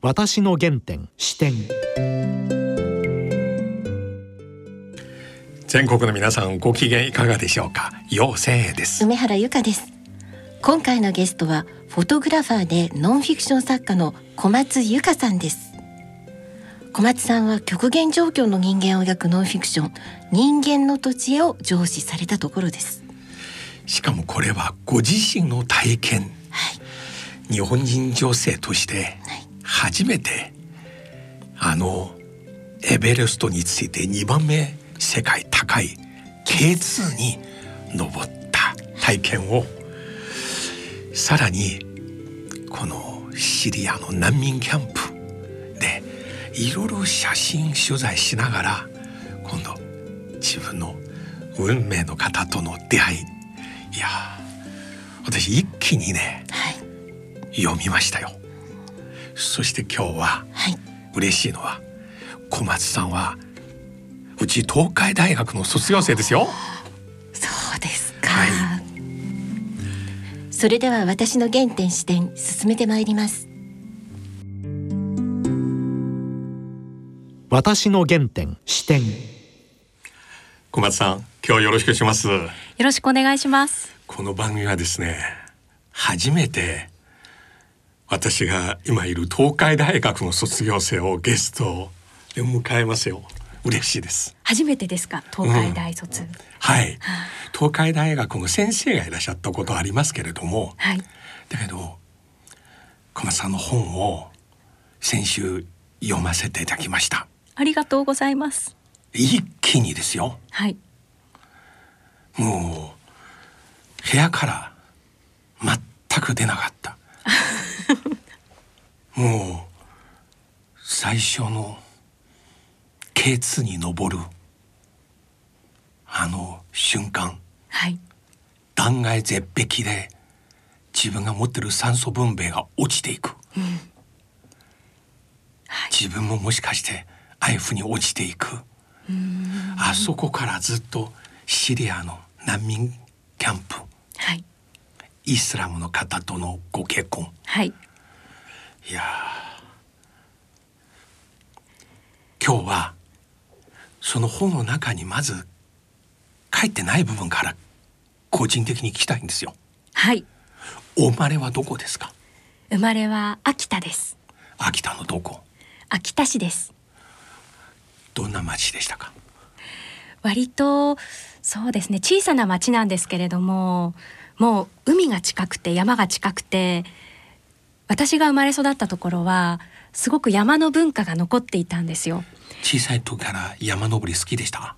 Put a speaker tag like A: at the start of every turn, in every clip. A: 私の原点視点
B: 全国の皆さんご機嫌いかがでしょうか妖精です
C: 梅原由香です今回のゲストはフォトグラファーでノンフィクション作家の小松由香さんです小松さんは極限状況の人間を描くノンフィクション人間の土地へを上司されたところです
B: しかもこれはご自身の体験
C: はい
B: 日本人女性として
C: はい
B: 初めてあのエベレストについて2番目世界高い K2 に登った体験をさらにこのシリアの難民キャンプでいろいろ写真取材しながら今度自分の運命の方との出会いいやー私一気にね
C: はい
B: 読みましたよそして今日は
C: はい
B: 嬉しいのは小松さんはうち東海大学の卒業生ですよ
C: そうですか、
B: は
C: それでは私の原点視点進めてまいります
A: 私の原点視点
B: 小松さん今日よろしくします
D: よろしくお願いします。
B: この番組はですね初めて私が今いる東海大学の卒業生をゲストで迎えますよ嬉しいです
D: 初めてですか、東海大卒。
B: はい東海大学の先生がいらっしゃったことはありますけれども
D: はい。
B: だけど小松さんの本を先週読ませていただきました
D: ありがとうございます。
B: 一気にですよ
D: はい。
B: もう部屋から全く出なかったもう最初の K2 に登るあの瞬間
D: はい。
B: 断崖絶壁で自分が持ってる酸素分娩が落ちていく、
D: はい
B: 自分ももしかしてああいうふうに落ちていくあそこからずっとシリアの難民キャンプ
D: はい。
B: イスラムの方とのご結婚
D: はい。
B: いやー今日はその本の中にまず書いてない部分から個人的に聞きたいんですよ。
D: はい。
B: お生まれはどこですか
D: 生まれは秋田です。
B: 秋田のどこ
D: 秋田市です。
B: どんな町でしたか
D: 割と。そうですね。小さな町なんですけれども。もう海が近くて、山が近くて。私が生まれ育ったところは。すごく山の文化が残っていたんですよ。
B: 小さい時から山登り好きでした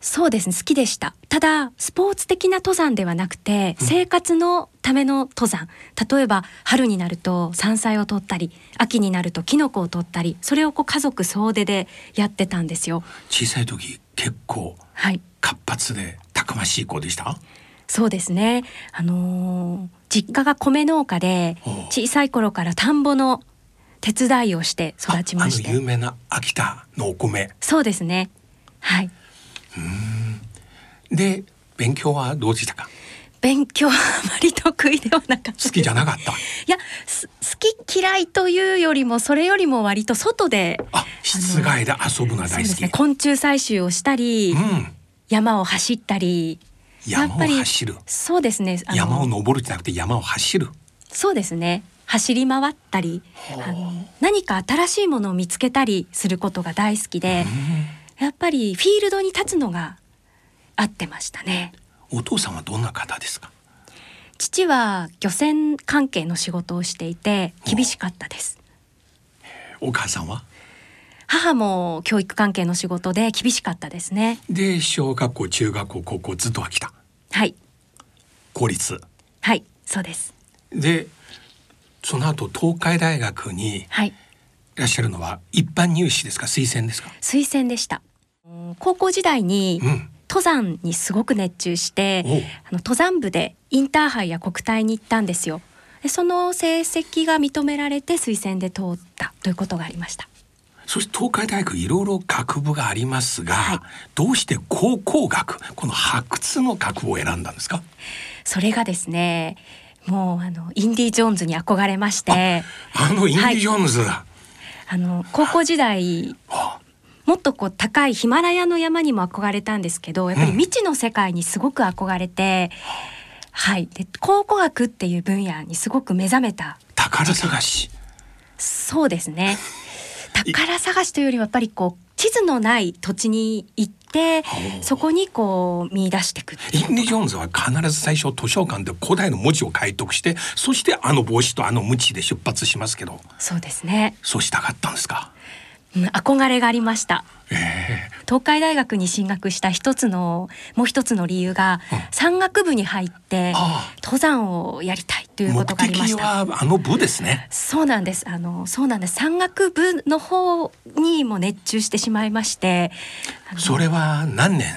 D: そうですね好きでしたただスポーツ的な登山ではなくて生活のための登山、例えば春になると山菜を取ったり秋になるとキノコを取ったりそれをこう家族総出でやってたんですよ
B: 小さい時結構
D: はい
B: 活発でたくましい子でした
D: そうですねあのー実家が米農家で
B: おう
D: 小さい頃から田んぼの手伝いをして育ちまし
B: ああの有
D: て
B: 名な秋田のお米
D: そうですねはい
B: で勉強はどうでしたか
D: 勉強はあまり得意ではなかったです
B: 好きじゃな かった
D: いやす好き嫌いというよりもそれよりも割と外で
B: あ室外で遊ぶのは
D: そう
B: 大好
D: です
B: き、
D: ね昆虫採集をしたり、
B: うん
D: 山を走ったり
B: 山を走る
D: そうですねあの
B: 山を登るじゃなくて山を走る
D: そうですね走り回ったりあの何か新しいものを見つけたりすることが大好きで、やっぱりフィールドに立つのが合ってましたね
B: お父さんはどんな方ですか
D: 父は漁船関係の仕事をしていて厳しかったです
B: お母さんは
D: 母も教育関係の仕事で厳しかったですね
B: で小学校中学校高校ずっと秋田
D: はい
B: 公立
D: はい、そうです。
B: でその後東海大学に
D: はい、
B: いらっしゃるのは一般入試ですか推薦ですか
D: 推薦でした。うん高校時代に
B: うん
D: 登山にすごく熱中して、
B: おう
D: あの登山部でインターハイや国体に行ったんですよ。でその成績が認められて推薦で通ったということがありました。
B: そして東海大学いろいろ学部がありますが、
D: はい
B: どうして高校学この発掘の学部を選んだんですか
D: それがですね、もうあのインディ・ジョーンズに憧れまして
B: あのインディ・ジョーンズだ、
D: あの高校時代
B: は
D: もっとこう高いヒマラヤの山にも憧れたんですけどやっぱり未知の世界にすごく憧れて、はいで考古学っていう分野にすごく目覚めた
B: 宝探し
D: そうです ね宝探しというよりはやっぱりこう地図のない土地に行ってそこにこう見出していくって
B: イ
D: いう
B: ンディ・ジョーンズは必ず最初図書館で古代の文字を解読してそしてあの帽子とあのムチで出発しますけど
D: そうですね、
B: そうしたかったんですか
D: うん、憧れがありました
B: ええ
D: 東海大学に進学した一つのもう一つの理由が山岳部に入って
B: ああ
D: 登山をやりたいというこ
B: 目
D: とがありま
B: 的
D: した。
B: はあの部ですね
D: そうなんです。あのそうなんです。山岳部の方にも熱中してしまいまして、あの
B: それは何年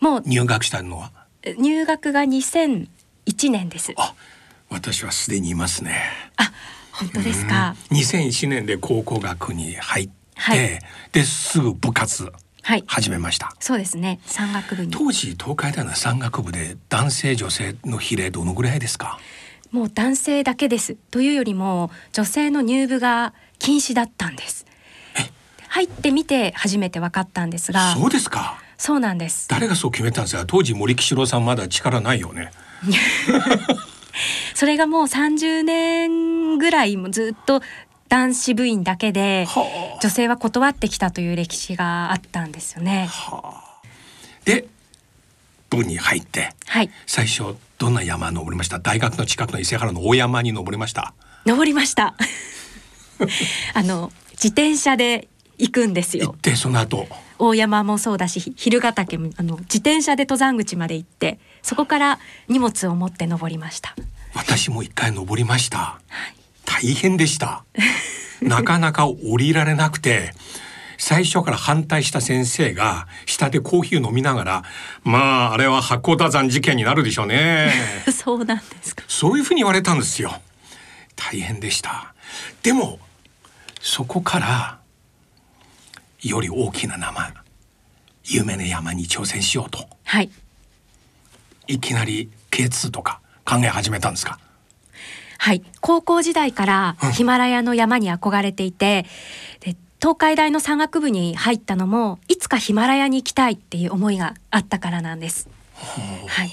D: もう
B: 入学したのは
D: 入学が2001年です。
B: あ私はすでにいますね
D: あ、本当ですか。
B: うん2001年で考古学に入って、
D: はい
B: ですぐ部活
D: はい。
B: 始めました
D: そうですね。山岳部に
B: 当時東海大の山岳部で男性女性の比例どのぐらいですか
D: もう男性だけですというよりも女性の入部が禁止だったんです。入ってみて初めて分かったんですが、
B: そうですか
D: そうなんです。
B: 誰がそう決めたんですか当時森喜朗さんまだ力ないよね
D: それがもう30年ぐらいもずっと男子部員だけで
B: は
D: 女性は断ってきたという歴史があったんですよね。
B: で部に入って
D: はい、
B: 最初どんな山登りました大学の近くの伊勢原の大山に登りました
D: 登りました。 あの自転車で行くんです
B: 行っ
D: よ。
B: てその後
D: 大山もそうだし、ひ蛭ヶ岳もあの自転車で登山口まで行って、そこから荷物を持って登りました。
B: 私も一回登りました、大変でしたなかなか降りられなくて最初から反対した先生が下でコーヒーを飲みながらまああれは八甲田山事件になるでしょうね
D: そうなんですか。
B: そういうふうに言われたんですよ大変でしたでもそこからより大きな山有名な山に挑戦しようと
D: はい。
B: いきなり K2 とか考え始めたんですか
D: はい、高校時代からヒマラヤの山に憧れていて、で東海大の山岳部に入ったのもいつかヒマラヤに行きたいっていう思いがあったからなんです。はい、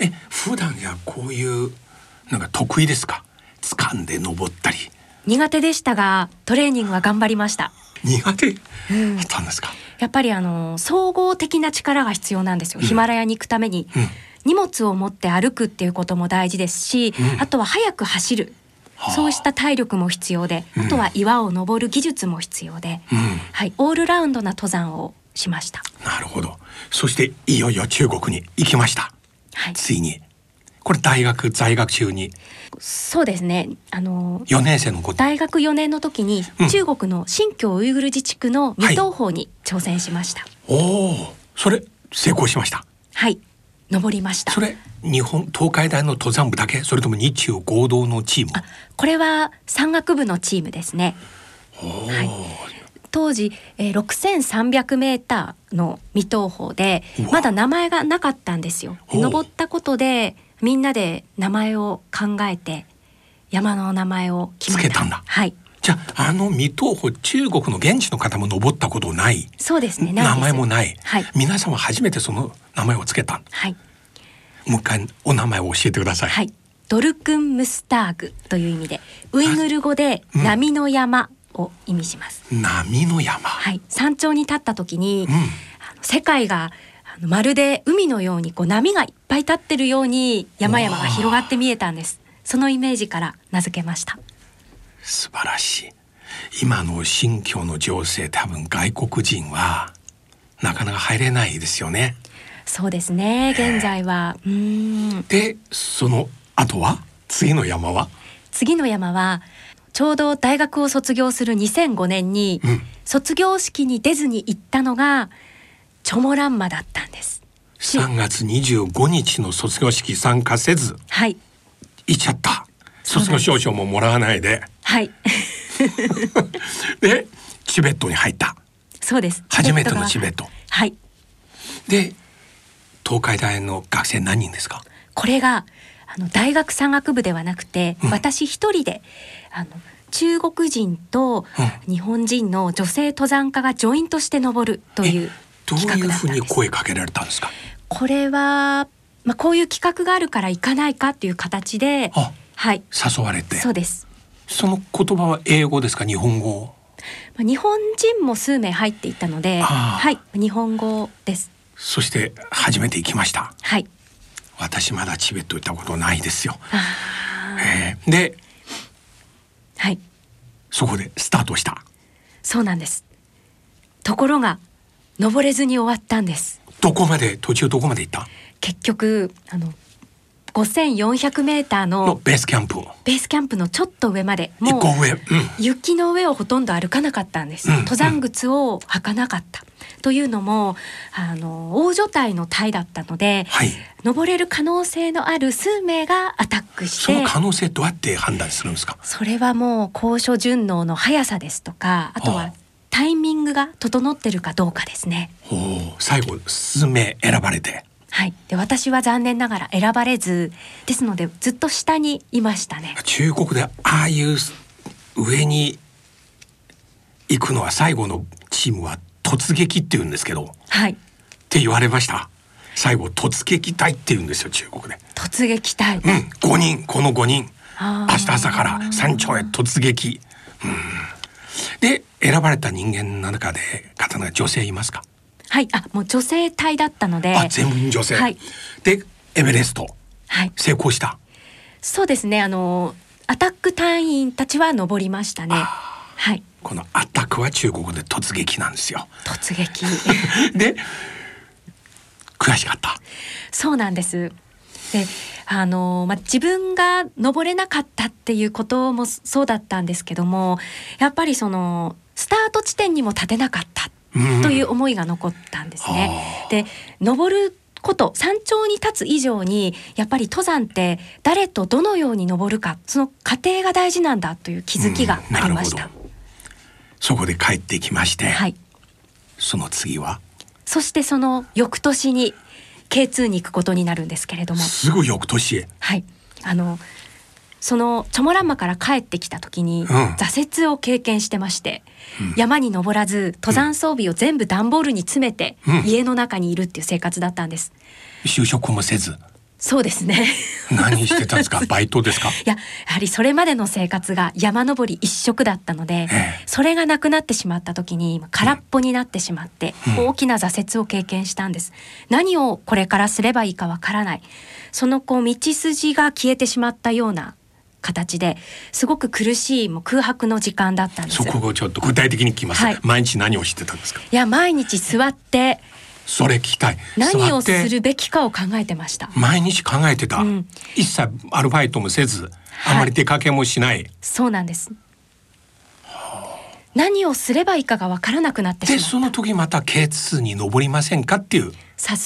B: え普段じゃこういうなんか得意ですか掴んで登ったり
D: 苦手でしたがトレーニングは頑張りました。
B: 苦手だったんですか、
D: やっぱりあの総合的な力が必要なんですよ。ヒマラヤに行くために、
B: うん
D: 荷物を持って歩くっていうことも大事ですし、
B: うん
D: あとは速く走る。
B: はあ
D: そうした体力も必要で、あとは岩を登る技術も必要で、
B: うん
D: はい、オールラウンドな登山をしました。
B: なるほどそしていよいよ中国に行きました
D: はい、
B: ついにこれ大学在学中に
D: そうですね。あの
B: 4年生の子
D: 大学4年の時に
B: うん
D: 中国の新疆ウイグル自治区の未登峰に挑戦しました。
B: おおそれ成功しました
D: はい、登りました
B: そ。れ日本東海大の登山部だけそれとも日中合同のチーム
D: あ、これは山岳部のチームですね。
B: おお、
D: はい当時、えー、6300メーターの未登峰で
B: うわ
D: まだ名前がなかったんですよ。
B: おう
D: 登ったことでみんなで名前を考えて山の名前を決め
B: つけたんだ
D: はい、
B: じゃああの未踏歩中国の現地の方も登ったことない
D: そうですね。
B: 名前も
D: い
B: ない、
D: はい
B: 皆さんは初めてその名前をつけた
D: です。はい。
B: もう一回お名前を教えてください、
D: はい、ドルクンムスターグという意味でウイグル語で
B: うん
D: 波の山を意味します。
B: 波の山、
D: はい、山頂に立った時に、
B: うん
D: あの世界があのまるで海のようにこう波がいっぱい立ってるように山々が広がって見えたんです。そのイメージから名付けました。
B: 素晴らしい今の新疆の情勢多分外国人はなかなか入れないですよね
D: そうですね。現在はうーん
B: でその後は次の山は
D: 次の山はちょうど大学を卒業する2005年に、
B: うん
D: 卒業式に出ずに行ったのがチョモランマだったんです。
B: 3月25日の卒業式参加せず
D: はい。
B: 行っちゃった
D: そう
B: 卒業
D: なんです
B: 証書ももらわないで
D: はい。
B: でチベットに入った
D: そうです。
B: 初めての
D: チ
B: チ
D: ベ
B: ベ
D: ッ
B: ッ
D: トが
B: ト
D: はい。
B: で東海大の学生何人ですか
D: これが、あの大学山岳部ではなくて、
B: うん
D: 私一人であの中国人と日本人の女性登山家がジョイントして登るという
B: どう
D: 企
B: い
D: 画
B: う
D: だった
B: ふうんに
D: です。
B: 声かけられたんですか。
D: これは、まあ、こういう企画があるから行かないかっていう形で、
B: あ、
D: はい、
B: 誘われて。
D: そうです。
B: その言葉は英語ですか、日本語。
D: まあ日本人も数名入っていたので、
B: あー
D: はい、日本語です。
B: そして初めて行きました。
D: はい。
B: 私まだチベット行ったことないですよ。
D: あー
B: えーで、
D: はい、
B: そこでスタートした。
D: そうなんです。ところが登れずに終わったんです。
B: どこまで途中どこまで行った
D: 結局あの5400メーター
B: の
D: の
B: ベースキャンプを。
D: ベースキャンプのちょっと上まで
B: 一
D: もう
B: 個上。うん。
D: 雪の上をほとんど歩かなかったんです、
B: うん
D: 登山靴を履かなかったというのもあの大所帯の帯だったので、
B: はい。
D: 登れる可能性のある数名がアタックし
B: その
D: て
B: 可能性どうやって判断するんですか。
D: それはもう高所順応の速さですとかあと
B: ああ
D: はタイミングが整ってるかどうかですね。
B: おー最後数名選ばれて。
D: はい、で私は残念ながら選ばれずですのでずっと下にいましたね。
B: 中国でああいう上に行くのは最後のチームは突撃って言うんですけどっ
D: はい
B: て言われました最後突撃隊って言うんですよ中国で
D: 突撃隊、
B: うん5人この5人
D: あ
B: 明
D: ー
B: 日朝から山頂へ突撃うんで選ばれた人間の中で方が女性いますか、
D: はいあもう女性隊だったので
B: あ全員女性、
D: はい
B: でエベレスト
D: はい、
B: 成功した
D: そうですねあのアタック隊員たちは登りましたね。はい
B: このアタックは中国で突撃なんですよ
D: 突撃
B: で悔しかった
D: そうなんです。であのまあ、自分が登れなかったっていうこともそうだったんですけどもやっぱりそのスタート地点にも立てなかった
B: うん
D: という思いが残ったんですね
B: は。あ
D: で登ること山頂に立つ以上にやっぱり登山って誰とどのように登るかその過程が大事なんだという気づきがありまし
B: う
D: た
B: んなる。ほどそこで帰ってきまして、
D: はい、
B: その次は
D: そしてその翌年に K2 に行くことになるんですけれども、
B: すぐ翌年へ
D: はい、あのそのチョモランマから帰ってきた時に
B: ん
D: 挫折を経験してまして、山に登らず登山装備を全部段ボールに詰めて
B: うん
D: 家の中にいるっていう生活だったんです。
B: 就職もせず
D: そうですね。
B: 何してたんです かバイトですか
D: いや、やはりそれまでの生活が山登り一色だったので
B: ええ、
D: それがなくなってしまった時に空っぽになってしまって、
B: うん
D: 大きな挫折を経験したんです。何をこれからすればいいかわからない。そのこう道筋が消えてしまったような形ですごく苦しいもう空白の時間だったんです。
B: そこをちょっと具体的に聞きます、
D: はい
B: 毎日何をしてたんですか
D: いや、毎日座って
B: それ聞きたい
D: 何をす
B: 座って
D: るべきかを考えてました。
B: 毎日考えてた、
D: うん
B: 一切アルバイトもせず
D: はい
B: あまり出かけもしない、
D: そうなんです。何をすればいいかがわからなくなってしま
B: で
D: った。
B: その時また K2 に登りませんかっていう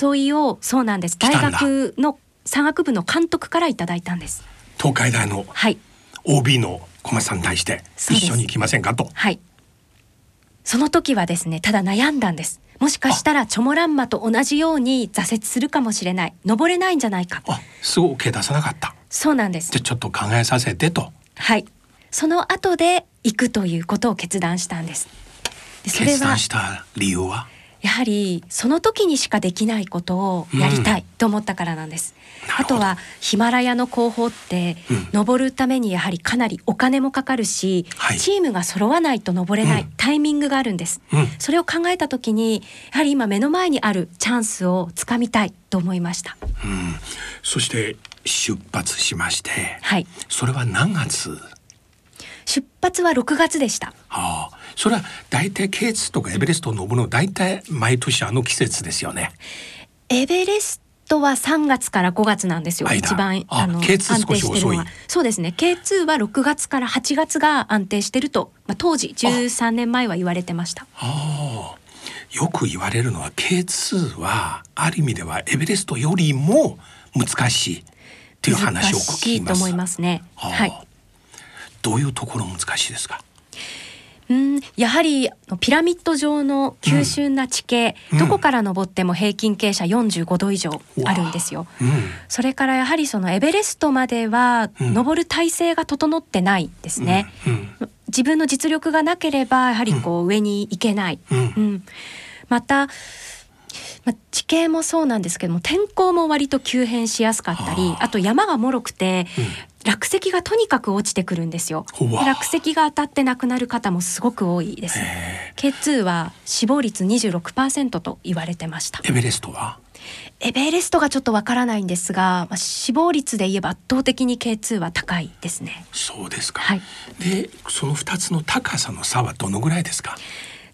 D: 誘いをそうなんです
B: 来
D: 大
B: たんだ
D: 学の山岳部の監督からいただいたんです
B: 東海大の
D: はい
B: OB の小松さんに対して
D: そう
B: 一
D: です
B: 緒に行きませんかと
D: はいその時はですねただ悩んだんですもしかしたらチョモランマと同じように挫折するかもしれない登れないんじゃないか
B: あすごい OK 出さなかった
D: そうなんです
B: じゃあちょっと考えさせてと
D: はいその後で行くということを決断したんですでそれ
B: 決
D: は
B: 断した理由は
D: やはりその時にしかできないことをやりたいと思ったからなんです、
B: なる
D: あ
B: ほど
D: とはヒマラヤの広報って、
B: うん
D: 登るためにやはりかなりお金もかかるし、
B: はい
D: チームが揃わないと登れない、
B: うん
D: タイミングがあるんです、
B: うん
D: それを考えた時にやはり今目の前にあるチャンスをつかみたいと思いました
B: そして出発しまして、
D: はい
B: それは何月
D: 出発は6月でした
B: ああそれは大体ケーツとかエベレストを登るの大体毎年あの季節ですよね
D: エベレストは3月から5月なんですよ。
B: 間
D: 一番
B: あ K2 少し遅い
D: そうですね。K2 は6月から8月が安定してると、まあ、当時13年前は言われてました。
B: ああよく言われるのは K2 はある意味ではエベレストよりも難しいっていう話を
D: 難
B: 聞
D: し
B: き
D: いと
B: ます
D: 思いますね。
B: ああ
D: はい。
B: どういうところ難しいですか
D: うんやはりピラミッド状の急峻な地形、
B: うん
D: どこから登っても平均傾斜45度以上あるんですよ。
B: うん
D: それからやはりそのエベレストまでは
B: うん
D: 登る体制が整ってないですね。
B: うん
D: 自分の実力がなければやはりこう上に行けない。
B: うん
D: うん、また、ま、地形もそうなんですけども天候も割と急変しやすかったり
B: はあ
D: あと山がもろくて
B: うん
D: 落石がとにかく落ちてくるんですよ。
B: うわ
D: で落石が当たって亡くなる方もすごく多いです。
B: え
D: K2 は死亡率26%と言われてました
B: ーエベレストは
D: エベレストがちょっとわからないんですが、まあ、死亡率で言えば圧倒的に K2 は高いですね
B: そうですか、
D: はい
B: でその二つの高さの差はどのぐらいですか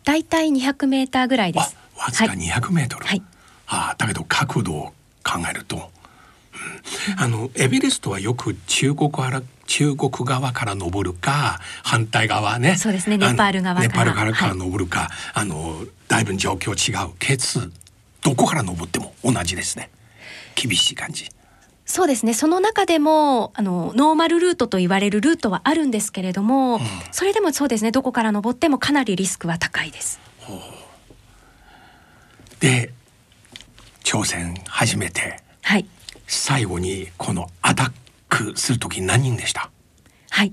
D: だいたい200メーターぐらいで
B: あ
D: す
B: わずか
D: はい
B: 200メートル、
D: はい
B: あーだけど角度を考えると、うんあのエベレストはよく中国から中国側から登るか反対側ね
D: そうですね
B: あの
D: ネパール側から
B: ネパール側か
D: は
B: ら
D: い
B: 登るか、あのだいぶ状況違うケツどこから登っても同じですね厳しい感じ
D: そうですねその中でもあのノーマルルートと言われるルートはあるんですけれども、それでもそうですねどこから登ってもかなりリスクは高いです
B: で挑戦始めて
D: はい
B: 最後にこのアタックする時何人でした
D: はい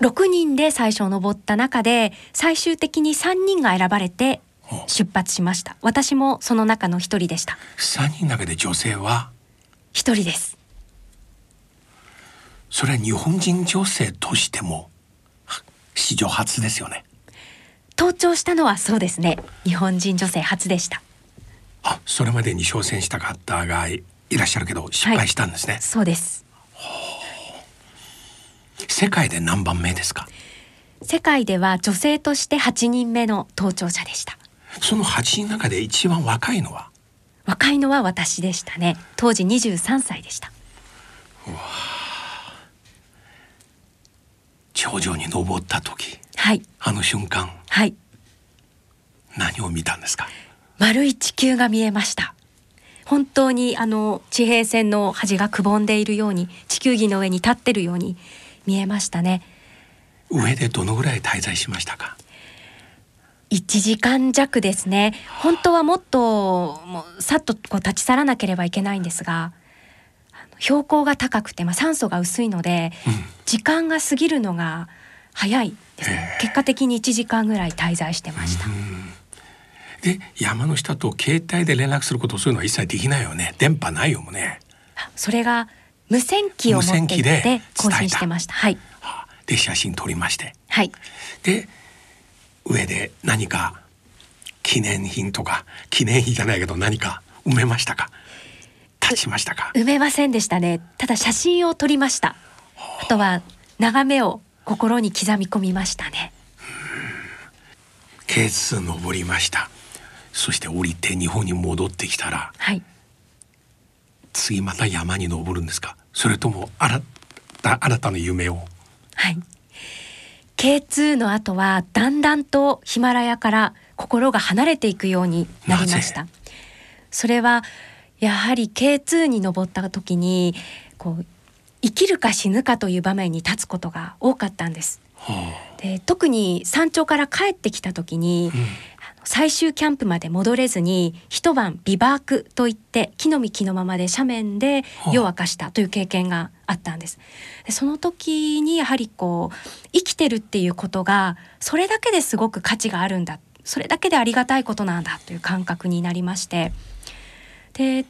D: 6人で最初登った中で最終的に3人が選ばれて
B: ほう
D: 出発しました私もその中の1人でした
B: ?3 人だけで女性は
D: 1人です
B: それは日本人女性としてもは史上初ですよね
D: 登頂したのはそうですね日本人女性初でした
B: あそれまでに挑戦した方がいいらっしゃるけど失敗したんですね、
D: そうです
B: 世界で何番目ですか
D: 世界では女性として8人目の登頂者でした
B: その8人の中で一番若いのは
D: 若いのは私でしたね当時23歳でした
B: 頂上に登った時
D: はい
B: あの瞬間
D: はい
B: 何を見たんですか
D: 丸い地球が見えました本当にあの地平線の端がくぼんでいるように地球儀の上に立ってるように見えましたね
B: 上でどのぐらい滞在しましたか
D: 1時間弱ですね本当はもっともうさっとこう立ち去らなければいけないんですがあの標高が高くて、まあ、酸素が薄いので、時間が過ぎるのが早いですね結果的に1時間ぐらい滞在してました、
B: で山の下と携帯で連絡することそういうのは一切できないよね電波ないよもんね
D: それが無線機を持ってい
B: 無線機で
D: て更新してましたはい
B: はあで写真撮りまして
D: はい
B: で上で何か記念品とか記念品じゃないけど何か埋めましたか立ちましたか
D: 埋めませんでしたねただ写真を撮りましたあとは眺めを心に刻み込みましたね
B: ケース登りましたそして降りて日本に戻ってきたら
D: はい
B: 次また山に登るんですかそれとも新た新たな夢を
D: はい K2 の後はだんだんとヒマラヤから心が離れていくようになりまし
B: な
D: たそれはやはり K2 に登った時にこう生きるか死ぬかという場面に立つことが多かったんです
B: は
D: で特に山頂から帰ってきた時に、あの最終キャンプまで戻れずに一晩ビバークといって木の幹のままで斜面で
B: はあ
D: 夜明かしたという経験があったんです。でその時にやはりこう生きてるっていうことがそれだけですごく価値があるんだそれだけでありがたいことなんだという感覚になりましてで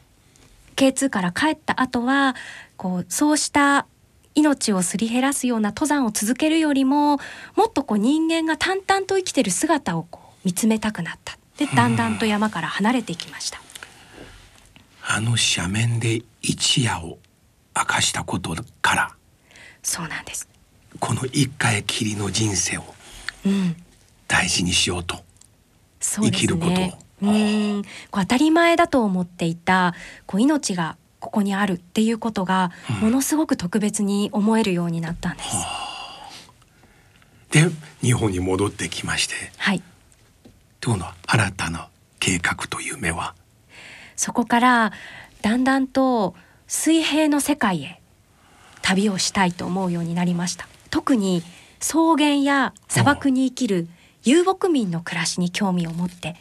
D: K2 から帰った後はこうそうした命をすり減らすような登山を続けるよりももっとこう人間が淡々と生きてる姿をこう見つめたくなったでだんだんと山から離れていきました
B: ああの斜面で一夜を明かしたことから
D: そうなんです
B: この一回きりの人生を
D: うん
B: 大事にしようと
D: そうですね
B: 生きることを
D: うんこう当たり前だと思っていたこう命がここにあるっていうことがものすごく特別に思えるようになったんです、
B: で日本に戻ってきまして
D: はい
B: というのは新たな計画という夢は
D: そこからだんだんと水平の世界へ旅をしたいと思うようになりました特に草原や砂漠に生きる遊牧民の暮らしに興味を持って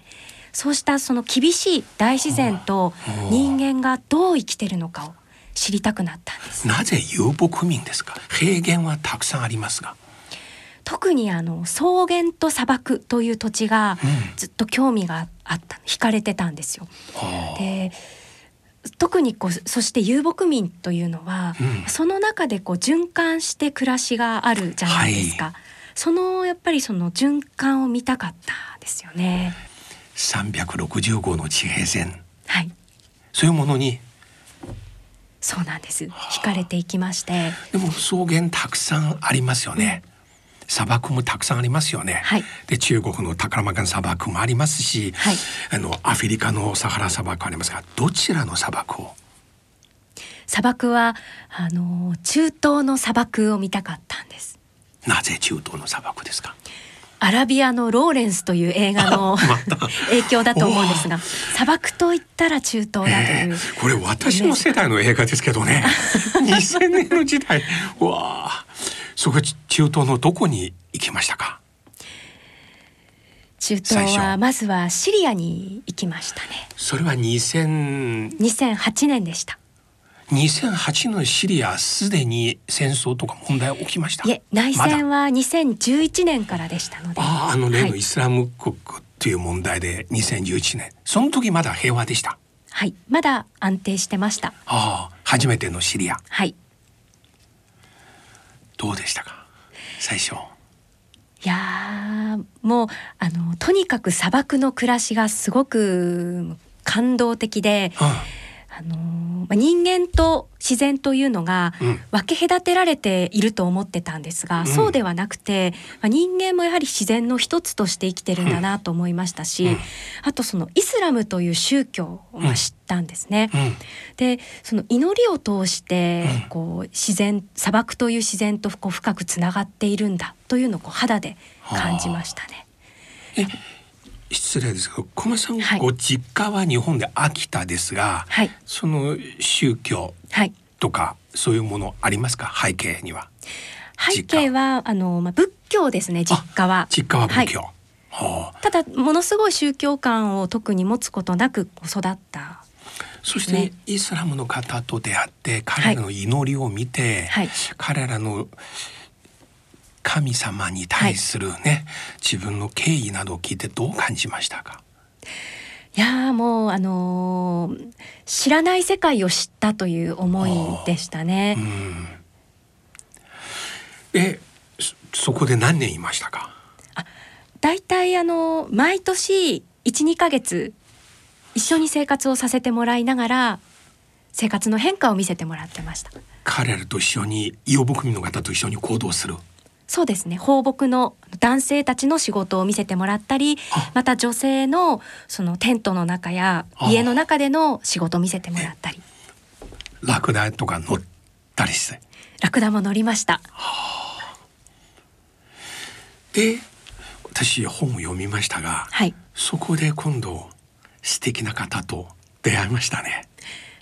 D: そうしたその厳しい大自然と人間がどう生きてるのかを知りたくなったんです。
B: なぜ遊牧民ですか平原はたくさんありますが
D: 特にあの草原と砂漠という土地が
B: うん
D: ずっと興味があった惹かれてたんですよ。
B: あー
D: で特にこうそして遊牧民というのは、
B: うん
D: その中でこう循環して暮らしがあるじゃないですか、
B: は
D: そのやっぱりその循環を見たかったですよね
B: 360号の地平線
D: はい
B: そういうものに
D: そうなんです惹かれていきまして
B: でも草原たくさんありますよね砂漠もたくさんありますよね、
D: はい
B: で中国のタカラマカン砂漠もありますし、
D: はい
B: あのアフリカのサハラ砂漠ありますがどちらの砂漠を
D: 砂漠はあの中東の砂漠を見たかったんです
B: なぜ中東の砂漠ですか
D: アラビアのローレンスという映画の 影響だと思うんですが砂漠といったら中東だという、
B: これ私の世代の映画ですけどね2000年の時代うわあそこ中東のどこに行きましたか
D: 中
B: 最
D: 東は
B: 初
D: まずはシリアに行きましたね
B: それは2000
D: 2008年でした
B: 2008のシリアすでに戦争とか問題起きました
D: いえ内
B: まだ
D: 戦は2011年からでしたので
B: あああの例の
D: はい
B: イスラム国という問題で2011年その時まだ平和でした
D: はい、まだ安定してました
B: ああ初めてのシリア
D: はい
B: どうでしたか最初
D: いやーもうあのとにかく砂漠の暮らしがすごく感動的で、あのーまあ人間と自然というのが
B: うん
D: 分け隔てられていると思ってたんですが、
B: ん
D: そうではなくて、まあ人間もやはり自然の一つとして生きてるんだなと思いましたし、
B: うん
D: あとそのイスラムという宗教をま
B: うん
D: あ知ったんですね。
B: うんうん
D: でその祈りを通して
B: うん
D: こう自然砂漠という自然とこう深くつながっているんだというのをこう肌で感じましたね。
B: え失礼ですけど小松さん、
D: はい
B: ご実家は日本で秋田ですが、
D: はい
B: その宗教
D: はい
B: とかそういうものありますか背景には
D: 背景はあの、まあ、仏教ですね実家は。
B: 実家は仏教、
D: は
B: はあ、
D: ただものすごい宗教観を特に持つことなく育った
B: そし
D: ね
B: てイスラムの方と出会って彼らの祈りを見て、
D: はい
B: 彼らの神様に対するね、自分の敬意などを聞いてどう感じましたか
D: いやーもうあのー知らない世界を知ったという思いでしたね、
B: うんえそそこで何年いましたか
D: だいたいあのー毎年12ヶ月一緒に生活をさせてもらいながら生活の変化を見せてもらってました
B: 彼らと一緒に遊牧民の方と一緒に行動する
D: そうですね放牧の男性たちの仕事を見せてもらったり
B: あ
D: また女性のそのテントの中や
B: あ
D: 家の中での仕事を見せてもらったり
B: ラクダとか乗ったりして
D: ラクダも乗りました
B: で私本を読みましたが、
D: はい
B: そこで今度素敵な方と出会いましたね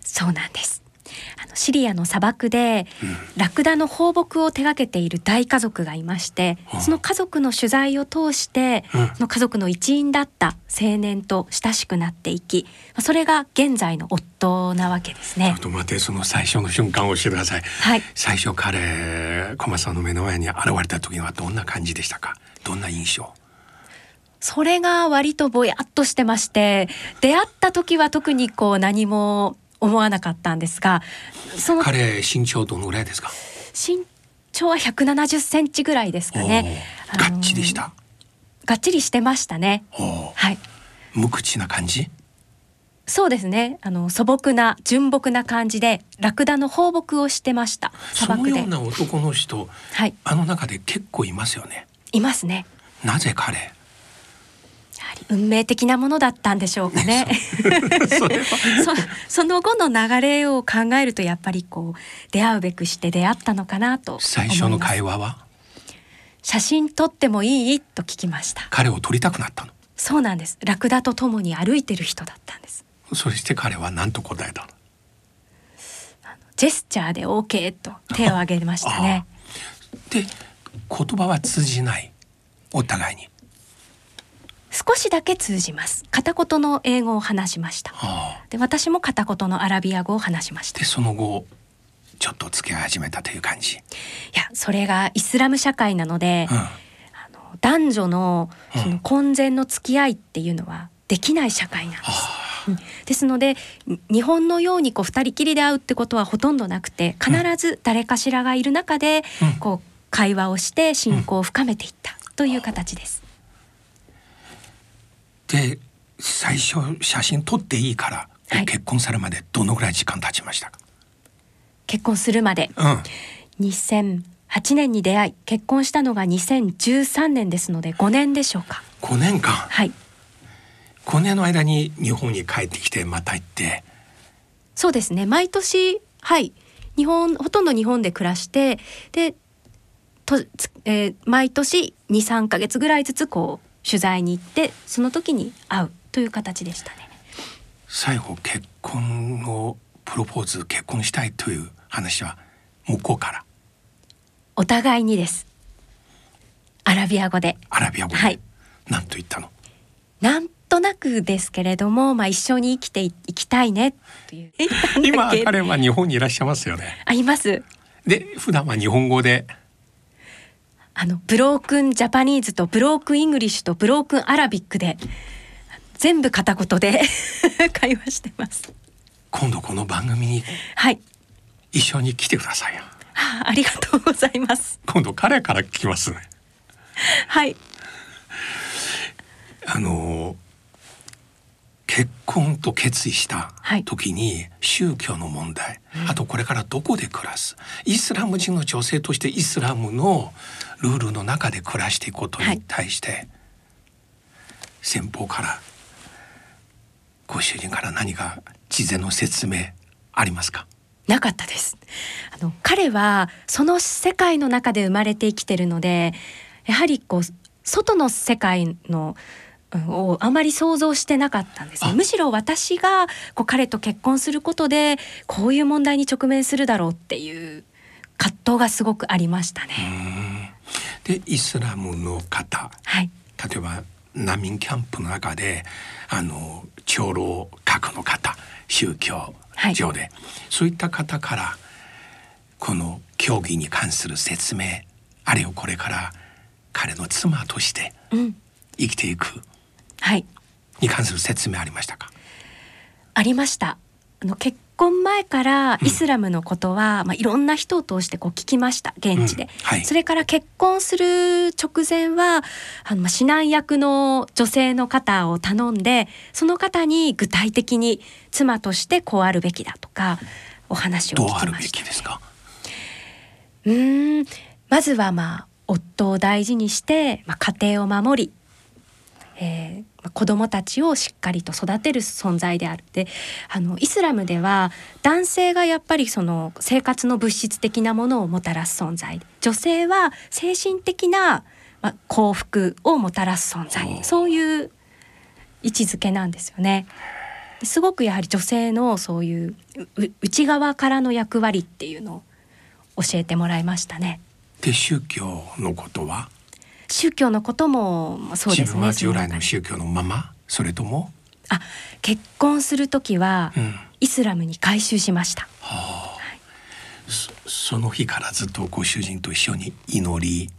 D: そうなんですあのシリアの砂漠で、ラクダの放牧を手掛けている大家族がいまして、
B: はあ
D: その家族の取材を通して、
B: うん
D: その家族の一員だった青年と親しくなっていきまあそれが現在の夫なわけです
B: ちょ
D: ね
B: っと待ってその最初の瞬間を教えてください、
D: はい
B: 最初彼小松さんの目の前に現れた時はどんな感じでしたかどんな印象
D: それが割とぼやっとしてまして出会った時は特にこう何も思わなかったんですがその
B: 彼身長どのぐらいですか
D: 身長は170センチぐらいですかね
B: おーがっちりし
D: あの
B: た
D: がっちりしてましたね
B: おー
D: はい
B: 無口な感じ
D: そうですねあの素朴な純朴な感じでラクダの放牧をしてました
B: そ
D: 砂
B: の
D: 漠で
B: ような男の人
D: はい
B: あの中で結構いますよね
D: いますね
B: なぜ彼
D: やはり運命的なものだったんでしょうかね
B: それは
D: そ その後の流れを考えるとやっぱりこう出会うべくして出会ったのかなと思います
B: 最初の会話は
D: 写真撮ってもいいと聞きました
B: 彼を撮りたくなったの
D: そうなんですラクダと共に歩いてる人だったんです
B: そして彼は何と答えたの
D: ジェスチャーで OK と手を挙げましたね
B: で言葉は通じないお互いに
D: 少しだけ通じます片言の英語を話しました
B: ああ
D: で私も片言のアラビア語を話しました
B: でその後ちょっと付き合い始めたという感じ。
D: いやそれがイスラム社会なので、
B: うん、
D: あの男女の
B: うん
D: その婚前の付き合いっていうのはできない社会なんです。うんですのでに日本のようにこう2人きりで会うってことはほとんどなくて必ず誰かしらがいる中で
B: うん
D: こう会話をして信仰を深めていったという形です。
B: で最初写真撮っていいから、
D: はい
B: 結婚されるまでどのぐらい時間経ちましたか。
D: 結婚するまで
B: うん。
D: 2008年に出会い結婚したのが2013年ですので5年でしょうか。
B: 五年間。
D: はい
B: 五年の間に日本に帰ってきてまた行って。
D: そうですね毎年はい日本ほとんど日本で暮らしてでと、つえー毎年23ヶ月ぐらいずつこう取材に行ってその時に会うという形でしたね。
B: 最後結婚をプロポーズ結婚したいという話は向こうから
D: お互いにですアラビア語で
B: アラビア語で、
D: はい
B: なんと言ったの
D: なんとなくですけれども、まあ、一緒に生きていいきたいねという。えなん
B: 今
D: だっけ
B: 彼は日本にいらっしゃいますよね
D: あいます
B: で普段は日本語で
D: あのブロークンジャパニーズとブロークンイングリッシュとブロークンアラビックで全部片言で 会話してます。
B: 今度この番組に
D: はい、
B: 一緒に来てくださいよ
D: は あ、ありがとうございます。
B: 今度彼から聞きますね
D: はい、
B: あの結婚と決意した
D: はい
B: 時に宗教の問題、あとこれからどこで暮らすイスラム人の女性としてイスラムのルールの中で暮らしていくことに対して、先方からご主人から何か事前の説明ありますか
D: なかったです。あの彼はその世界の中で生まれて生きてるので、やはりこう外の世界のうんをあまり想像してなかったんですね
B: あ
D: むしろ私がこう彼と結婚することでこういう問題に直面するだろうっていう葛藤がすごくありましたね。
B: でイスラムの方
D: はい、
B: 例えば難民キャンプの中であの長老閣の方宗教上で、そういった方からこの教義に関する説明あるいはこれから彼の妻として
D: うん、
B: 生きていく
D: はい、
B: に関する説明ありましたか
D: ありました。あの結婚前からイスラムのことは、まあいろんな人を通してこう聞きました現地
B: う
D: で、
B: んはい
D: それから結婚する直前はあのまあ指南役の女性の方を頼んでその方に具体的に妻としてこうあるべきだとかお話を
B: ど
D: 聞
B: うあ
D: きました
B: るべきですか
D: うーんまずはまあ夫を大事にして、まあ、家庭を守り、えーまあ子供たちをしっかりと育てる存在であるであのイスラムでは男性がやっぱりその生活の物質的なものをもたらす存在女性は精神的な、まあ、幸福をもたらす存在そういう位置づけなんですよね。ですごくやはり女性のそういううう内側からの役割っていうのを教えてもらいましたね。
B: で宗教のことは、
D: 宗教のこともまあそうで
B: 自
D: す
B: 分
D: ね。
B: は従来
D: そ
B: の
D: 中で
B: 宗教のままそれとも、
D: あ結婚する時は、
B: うん、
D: イスラムに改宗しました。
B: そその日からずっとご主人と一緒に祈り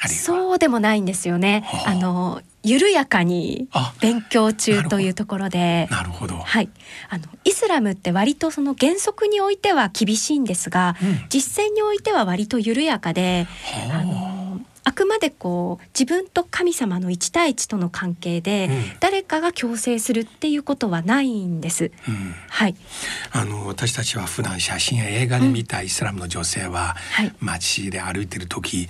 B: あるいは
D: そうでもないんですよね。
B: はあ
D: あの緩やかに
B: あ
D: 勉強
B: な
D: 中
B: るほど
D: というところで。
B: なるほど。
D: はい、あのイスラムって割とその原則においては厳しいんですが、
B: うん
D: 実践においては割と緩やかで
B: はあ
D: あのあくまでこう自分と神様の一対一との関係で、
B: うん
D: 誰かが強制するっていうことはないんです。
B: うん
D: はい、
B: あの私たちは普段写真や映画で見たイスラムの女性は、
D: はい
B: 街で歩いてる時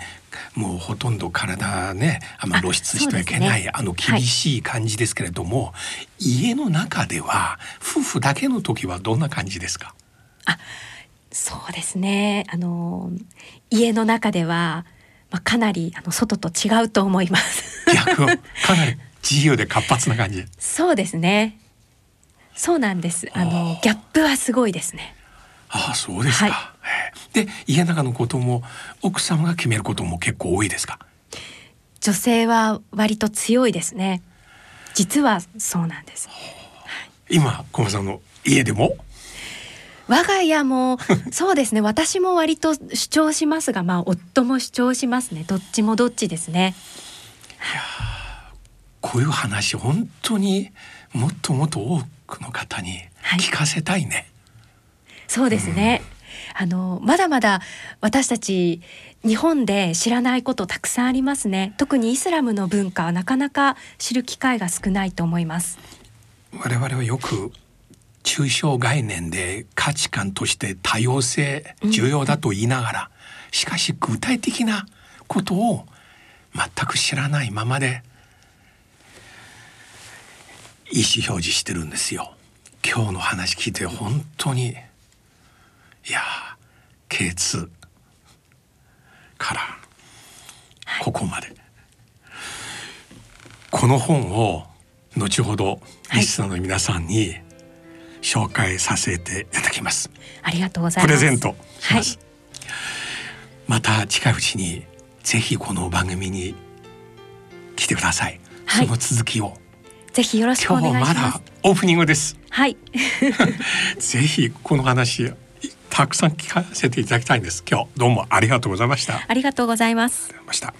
B: もうほとんど体ねあんま
D: あ
B: 露出してはいけない、
D: そうですね
B: あの厳しい感じですけれども、家の中では夫婦だけの時はどんな感じですか
D: そうですね。あの家の中では、まあ、かなりあの外と違うと思います。
B: 逆をかなり自由で活発な感じ
D: そうですね。そうなんです。あのギャップはすごいですね。
B: ああそうですか、
D: は
B: ええで家の中のことも奥様が決めることも結構多いですか
D: 女性は割と強いですね。実はそうなんです。
B: 今小松さんの家でも
D: 我が家もそうですね私も割と主張しますがまあ夫も主張しますねどっちもどっちですね
B: こういう話本当にもっともっと多くの方に
D: はい
B: 聞かせたいね。
D: そうですね、あのまだまだ私たち日本で知らないことたくさんありますね特にイスラムの文化はなかなか知る機会が少ないと思います
B: 我々はよく抽象概念で価値観として多様性重要だと言いながら、しかし具体的なことを全く知らないままで意思表示してるんですよ。今日の話聞いて本当にいやー K2 からここまで、この本を後ほど
D: はい
B: リスナーの皆さんに紹介させていただきます。
D: ありがとうござい
B: プ
D: ます
B: レゼントします、
D: は
B: また近いうちにぜひこの番組に来てください、
D: はい
B: その続きを
D: い、ぜひよろしくお
B: 今
D: 願
B: 日
D: いしま
B: ますだオープニングです
D: はい
B: ぜひこの話たくさん聞かせていただきたいんです今日どうもありがとうございましたありがと
D: ありがとうございます
B: うございました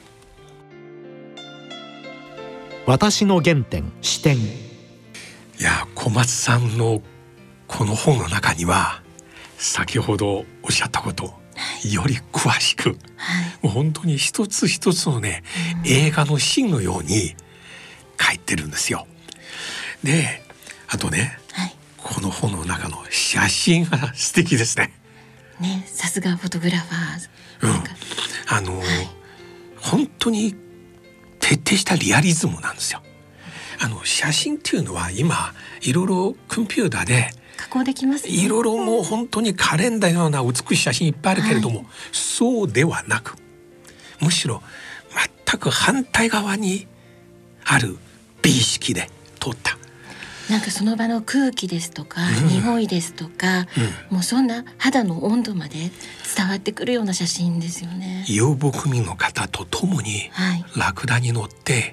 A: 私の原点視点
B: いや小松さんのこの本の中には先ほどおっしゃったことより詳しく
C: はい、
B: もう本当に一つ一つのね、映画のシーンのように書いてるんですよ。であとね
C: はい
B: この本の中の写真が素敵ですね。
C: ね、さすがフォトグラファー。
B: うん
C: なんか、
B: あの、本当に徹底したリアリズムなんですよ。あの写真っていうのは今いろいろコンピューターで
C: 加工できます、ね。
B: いろいろもう本当にカレンダーのような美しい写真いっぱいあるけれども、そうではなくむしろ全く反対側にある美意識で撮った
C: なんかその場の空気ですとか、
B: うん
C: 匂いですとか、もうそんな肌の温度まで伝わってくるような写真ですよね。
B: 遊牧民の方と共に
C: はい、
B: ラクダに乗って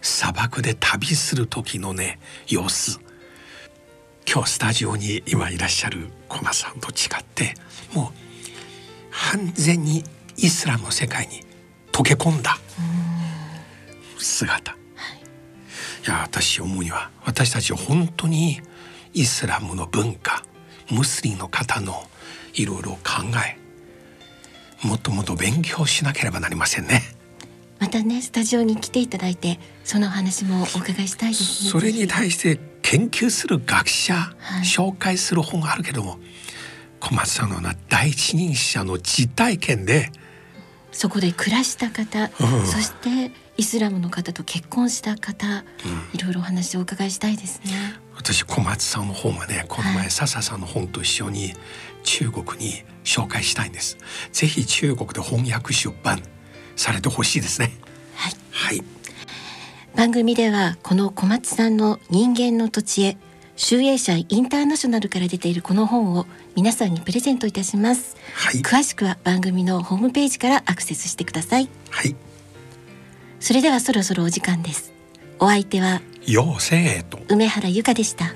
B: 砂漠で旅する時のね様子今日スタジオに今いらっしゃるコマさんと違ってもう完全にイスラムの世界に溶け込んだ姿、い、や私思うには私たち本当にイスラムの文化ムスリムの方のいろいろ考えもっともっと勉強しなければなりませんね。
C: またねスタジオに来ていただいてそのお話もお伺いしたいですね。
B: それに
C: ぜ
B: 対して研究する学者、
C: い
B: 紹介する本があるけども小松さんのような第一人者の実体験で
C: ひそこで暮らした方、
B: うん
C: そしてイスラムの方と結婚した方、いろいろお話をお伺いしたいですね。
B: 私小松さんの本はねこの前笹さんの本と一緒に中国に紹介したいんです。ぜひ中国で翻訳出版されてほしいですね。
C: はい。
B: はい、
C: 番組ではこの小松さんの「人間の土地へ」集英社インターナショナルから出ているこの本を皆さんにプレゼントいたします、
B: はい
C: 詳しくは番組のホームページからアクセスしてください
B: はい、
C: それではそろそろお時間ですお相手は
B: 妖精と
C: 梅原由香でした